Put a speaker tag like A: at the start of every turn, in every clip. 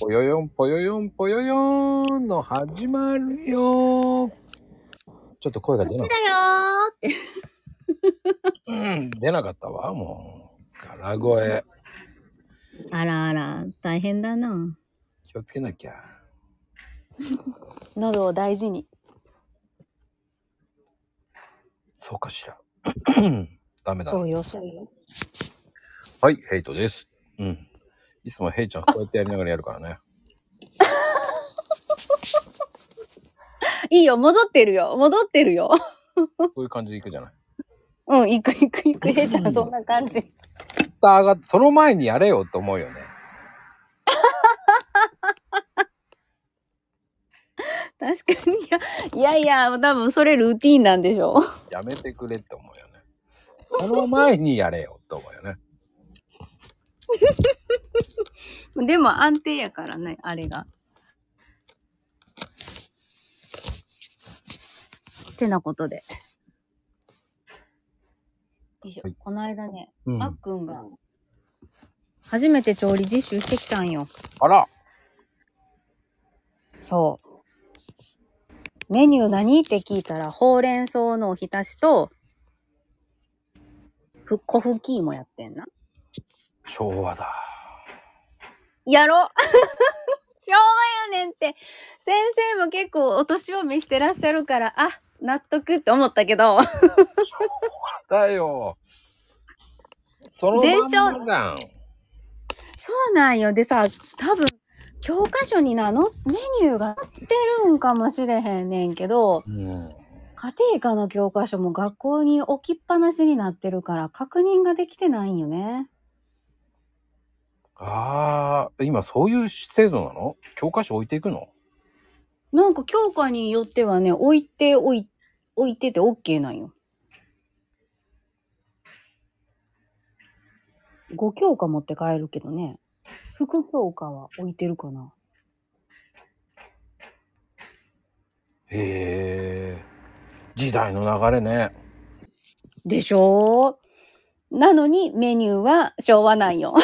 A: ぽよよんぽよよんぽよよーんの始まるよーちょっと声が
B: こ
A: 出
B: っ
A: な
B: ち
A: かっ
B: だよーって。
A: た。うん出なかったわ、もう。から声。
B: あらあら、大変だな。
A: 気をつけなきゃ。
C: 喉を大事に。
A: そうかしら。ダメだ。
C: そうよ、そうよ。
A: はい、ヘイトです。うん。いつもヘイちゃんこうやってやりながらやるからね。
C: いいよ、戻ってるよ、戻ってるよ。
A: そういう感じでいくじゃない。
C: うん、行く行く行く、へいちゃん、そんな感じ。
A: だが、その前にやれよと思うよね。
C: 確かに、いや、いやいや、多分それルーティーンなんでしょ
A: やめてくれって思うよね。その前にやれよと思うよね。
C: う。でも安定やからね、あれが。ってなことで。よいしょ
A: はい
C: この間ね、
A: うん
C: あっくんが、初めて調理実習してきたんよ。
A: あら
C: そう。メニュー何って聞いたら、ほうれん草のおひたしと、ふっこふきもやってんな。
A: 昭和だ。
C: や ろ昭和やねんって。先生も結構お年を召してらっしゃるから、あ、納得って思ったけど。
A: だよ。そのまんまじゃん。
C: そうなんよ。でさ、多分、教科書になの、メニューが載ってるんかもしれへんねんけど、
A: うん。
C: 家庭科の教科書も学校に置きっぱなしになってるから、確認ができてないんよね。
A: ああ、今そういう制度なの教科書置いていくの
C: なんか教科によってはね、置いて、置い置いてて OK なんよ。5教科持って帰るけどね。副教科は置いてるかな。
A: へえ。時代の流れね。
C: でしょうなのにメニューは昭和なんよ。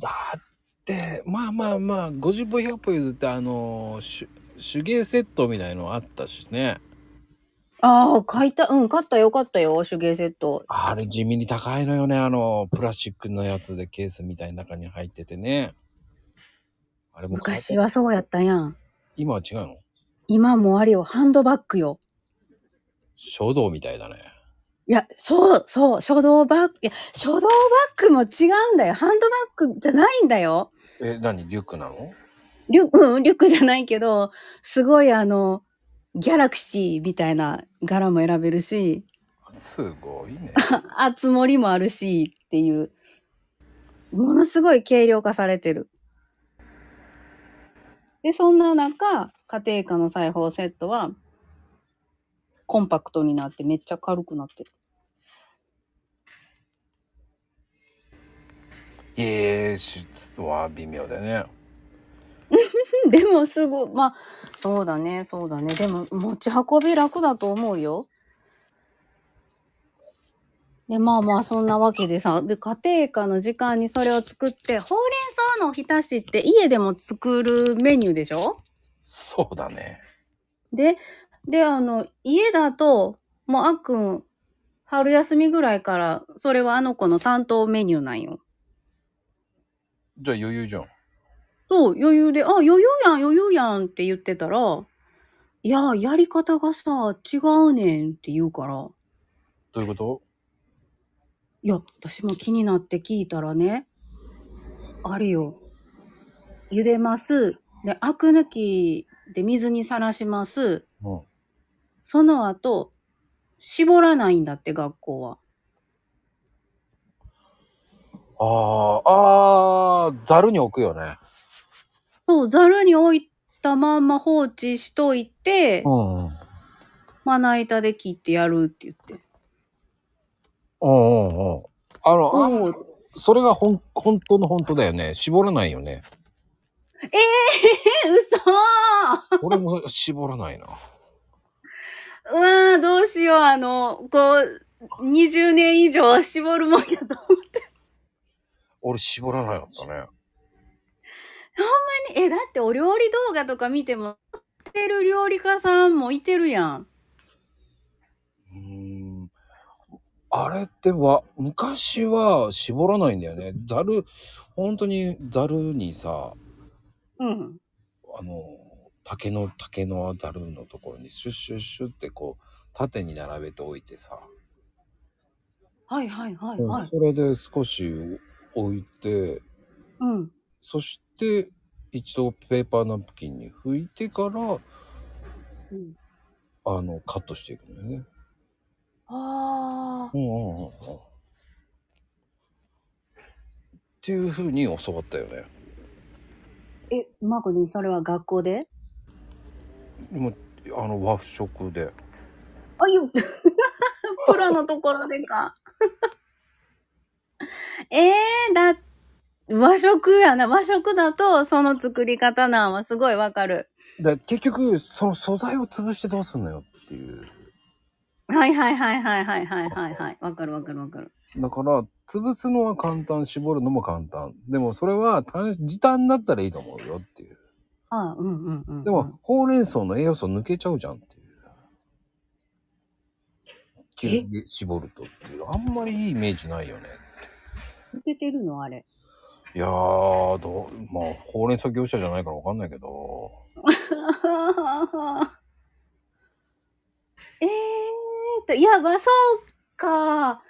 A: だって、まあまあまあ、50歩100歩譲って、あの、手手芸セットみたいのあったしね。
C: ああ、買いた、うん、買ったよかったよ、手芸セット。
A: あれ地味に高いのよね。あの、プラスチックのやつでケースみたいな中に入っててね。あれも買えた
C: 昔はそうやったやん。
A: 今は違うの
C: 今もあれよ、ハンドバッグよ。
A: 書道みたいだね。
C: いや、そう、そう、書道バッグ、いや、書道バッグも違うんだよ。ハンドバッグじゃないんだよ。
A: え、何リュックなの
C: リュうんリュックじ ゃないけど、すごいあの、ギャラクシーみたいな柄も選べるし、
A: すごいね。
C: 厚盛りもあるしっていう、ものすごい軽量化されてる。で、そんな中、家庭科の裁縫セットは、コンパクトになってめっちゃ軽くなってる。
A: ええ質は微妙だね。
C: うん でもすごい、まあ、そうだね、そうだね。でも持ち運び楽だと思うよ。で、まあまあ、そんなわけでさ、で、家庭科の時間にそれを作って、ほうれん草のおひたしって家でも作るメニューでしょ
A: そうだね。
C: で、で、あの、家だと、もうあっくん、春休みぐらいから、それはあの子の担当メニューなんよ。
A: じゃあ余裕じゃん。
C: そう、余裕で、あ、余裕やん、余裕やんって言ってたら、いや、やり方がさ、違うねんって言うから、
A: どういうこと
C: いや、私も気になって聞いたらね、あれよ、茹でます。で、アク抜きで水にさらします。
A: うん。
C: その後、絞らないんだって、学校は。
A: ああ、ああ、ざるに置くよね。
C: そう、ざるに置いたまんま放置しとい
A: ん。
C: て、
A: うん
C: まな板で切ってやるって言って。
A: うんうん。あの、あ
C: おう
A: それがほん、本当の本当だよね。絞らないよね。
C: え、嘘ー
A: 俺も絞らないな。
C: うわー、どうしよう。あの、こう、20年以上絞るもんやと。
A: 俺絞らないだったね。
C: え、だってお料理動画とか見ても、やってる料理家さんもいてるやん。
A: うーんあれっては昔は絞らないんだよねざる本当にざるにさ
C: うん。
A: あの竹の竹のざるのところにシュッシュッシュッってこう縦に並べておいてさ、
C: はいはいはいはい。
A: それで少し置いて
C: うん。
A: そして一度ペーパーナプキンに拭いてから
C: うん、
A: あのカットしていくのよね。
C: ああ
A: う。んうんうんうん。っていうふうに教わったよね。
C: え、マコにそれは学校で
A: でもあの和食で。
C: あよ プロのところでか。 えー、だ、和食やな。和食だと、その作り方なんはすごいわかる。
A: で結局その素材を潰してどうすんのよっていう。
C: はいはいはいはいはいはいはいはい。わかるわかるわかる。
A: だから潰すのは簡単絞るのも簡単でもそれは単時短だったらいいと思うよっていう
C: ああうんうんうんうん。
A: でも、ほうれん草の栄養素抜けちゃうじゃんっていう急に絞るとっていうあんまりいいイメージないよね
C: 抜けてるのあれ。
A: いやーどうまあほうれん草業者じゃないからわかんないけど
C: えーと、いや、まあ、そうか。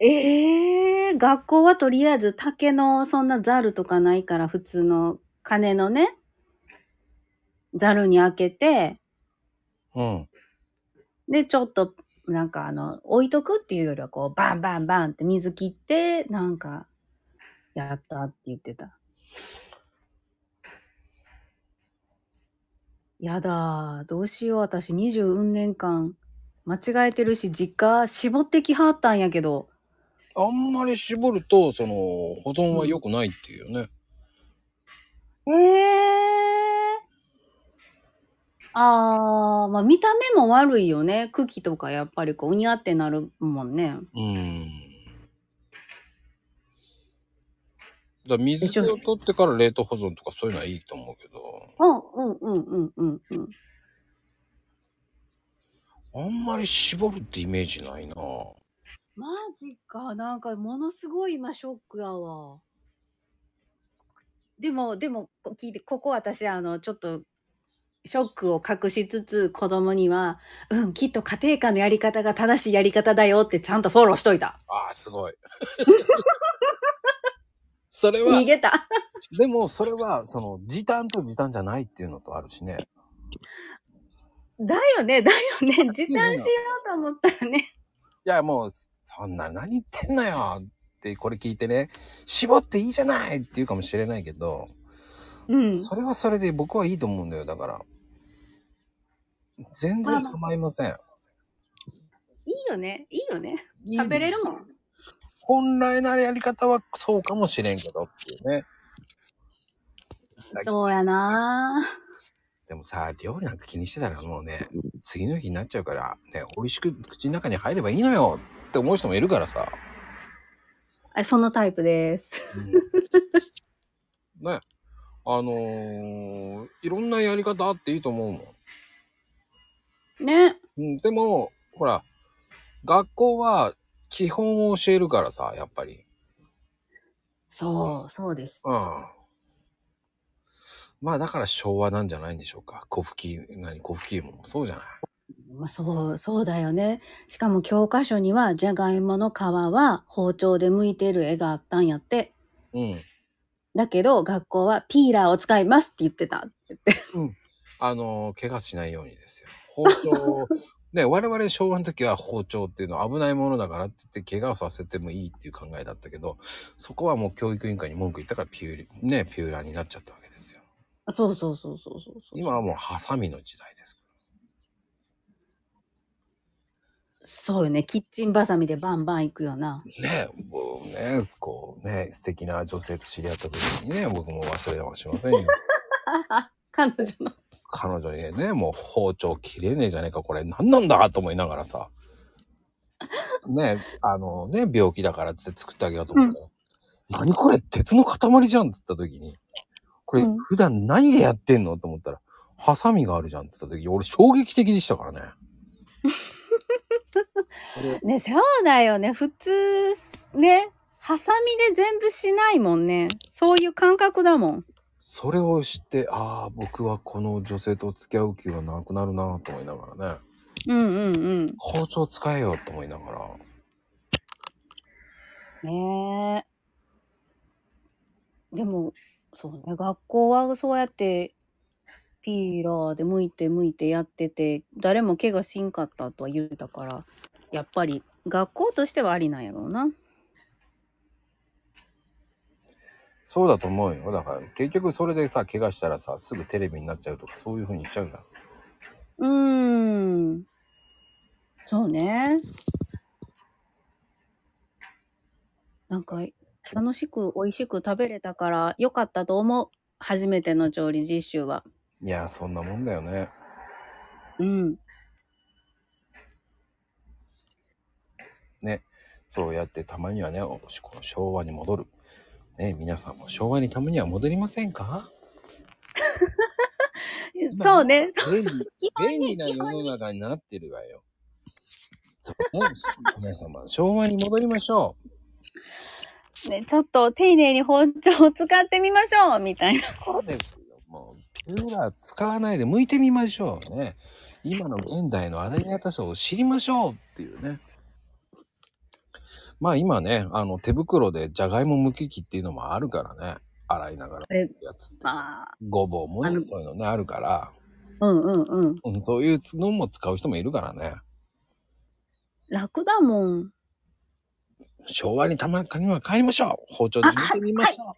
C: えー、学校はとりあえず竹のそんなザルとかないから、普通の鐘のね、ザルに開けて、
A: うん
C: で、ちょっと、なんかあの、置いとくっていうよりは、こう、バンバンバンって水切って、なんか、やったって言ってた。やだー、どうしよう、私20運年間、間違えてるし、実家、絞ってきはったんやけど、
A: あんまり絞るとその保存は良くないっていうね、
C: えー。あー、まあ見た目も悪いよね。茎とかやっぱりこう、うにゃってなるもんね。
A: うん。だから水
C: でし
A: 気
C: ょ
A: を取ってから冷凍保存とかそういうのはいいと思うけど、
C: うんうんうんうんうんうん。
A: あんまり絞るってイメージないな
C: マジか、なんかものすごい今ショックやわ。でも、でも、こ聞いて、ここ私、あの、ちょっと、ショックを隠しつつ、子供には、うん、きっと家庭科のやり方が正しいやり方だよってちゃんとフォローしといた。
A: あーすごい。 それは
C: 逃、げた。
A: でもそれは、その、時短と時短じゃないっていうのとあるしね。
C: だよね、だよね。時短しようと思ったらね。
A: いや、もう、そんな何言ってんのよってこれ聞いてね、絞っていいじゃないって言うかもしれないけど、
C: うん。
A: それはそれで僕はいいと思うんだよ、だから。全然構いません。
C: いいよね、いいよね。
A: いい
C: 食べれるもん。
A: 本来のやり方はそうかもしれんけどっていうね。
C: そうやな
A: でもさ、料理なんか気にしてたらもうね、次の日になっちゃうから、ね、美味しく口の中に入ればいいのよって思う人もいるから さ。
C: あそのタイプです。
A: ね。あのーいろんなやり方あっていいと思うもん。
C: ね。
A: うん、でも、ほら、学校は基本を教えるからさ、やっぱり。
C: そう、そうです。
A: うん。まあだから昭和なんじゃないんでしょうか。古吹き、何、古吹き芋もそうじゃない。
C: まあ、そう、そうだよね。しかも教科書には、じゃがいもの皮は包丁で剥いてる絵があったんやって。
A: うん。
C: だけど、学校はピーラーを使いますって言ってた。
A: あの、怪我しないようにですよ。包丁を、ね、我々昭和の時は包丁っていうのは危ないものだからって言って怪我をさせてもいいっていう考えだったけど、そこはもう教育委員会に文句言ったからピューリ、ね、ピューラーになっちゃったわけですよ。
C: そうそうそうそうそうそう。
A: 今はもうハサミの時代です。
C: そうよね。キッチンバサミでバンバン行くよな。
A: ね、もうね、こうね、素敵な女性と知り合った時にね、僕も忘れはしませんよ。
C: 彼女の。
A: 彼女にね、もう包丁切れねえじゃねえか、これ何なんだと思いながらさ。ね、あのね、病気だからっつって作ってあげようと思ったら、何これ鉄の塊じゃんって言った時に、これ
C: うん
A: 普段何でやってんのと思ったら、ハサミがあるじゃんって言った時、俺衝撃的でしたからね。
C: ね、そうだよね。普通、ね、ハサミで全部しないもんね。そういう感覚だもん。
A: それを知って、ああ、僕はこの女性と付き合う気がなくなるなと思いながらね、
C: うんうん
A: 包丁使えよと思いながら、
C: うん。ねえ。でも、そうね、学校はそうやって、ピーラーで剥いて剥いてやってて、誰も怪我しんかったとは言うたから、やっぱり学校としてはありなんやろうな。
A: そうだと思うよ。だから結局それでさ、怪我したらさ、すぐテレビになっちゃうとか、そういう風にしちゃうじゃん。
C: うーん。そうね。なんか、楽しく美味しく食べれたから良かったと思う。初めての調理実習は。
A: いやー、そんなもんだよね。
C: うん。
A: ね。そうやってたまにはね、おこの昭和に戻る。ね、皆さんも昭和にたまには戻りませんか
C: そうね。
A: 便利
C: 基
A: 便利な世の中になってるわよ。そうね。皆様、昭和に戻りましょう。
C: ね、ちょっと丁寧に包丁を使ってみましょうみたいな。
A: そうですよ。もう、ピューラー使わないで剥いてみましょうね。今の現代の洗い方さを知りましょうっていうね。まあ今ね、あの手袋でじゃがいも剥き器っていうのもあるからね。洗いながら
C: あれ
A: やつって。
C: まあ、
A: ごぼうも
C: あ
A: ね、
C: の
A: そういうのね、あるから、
C: うんうんうん。
A: うん、そういうのも使う人もいるからね。
C: 楽だもん。
A: 昭和にたまには帰りましょう包丁で見てみましょう。はい。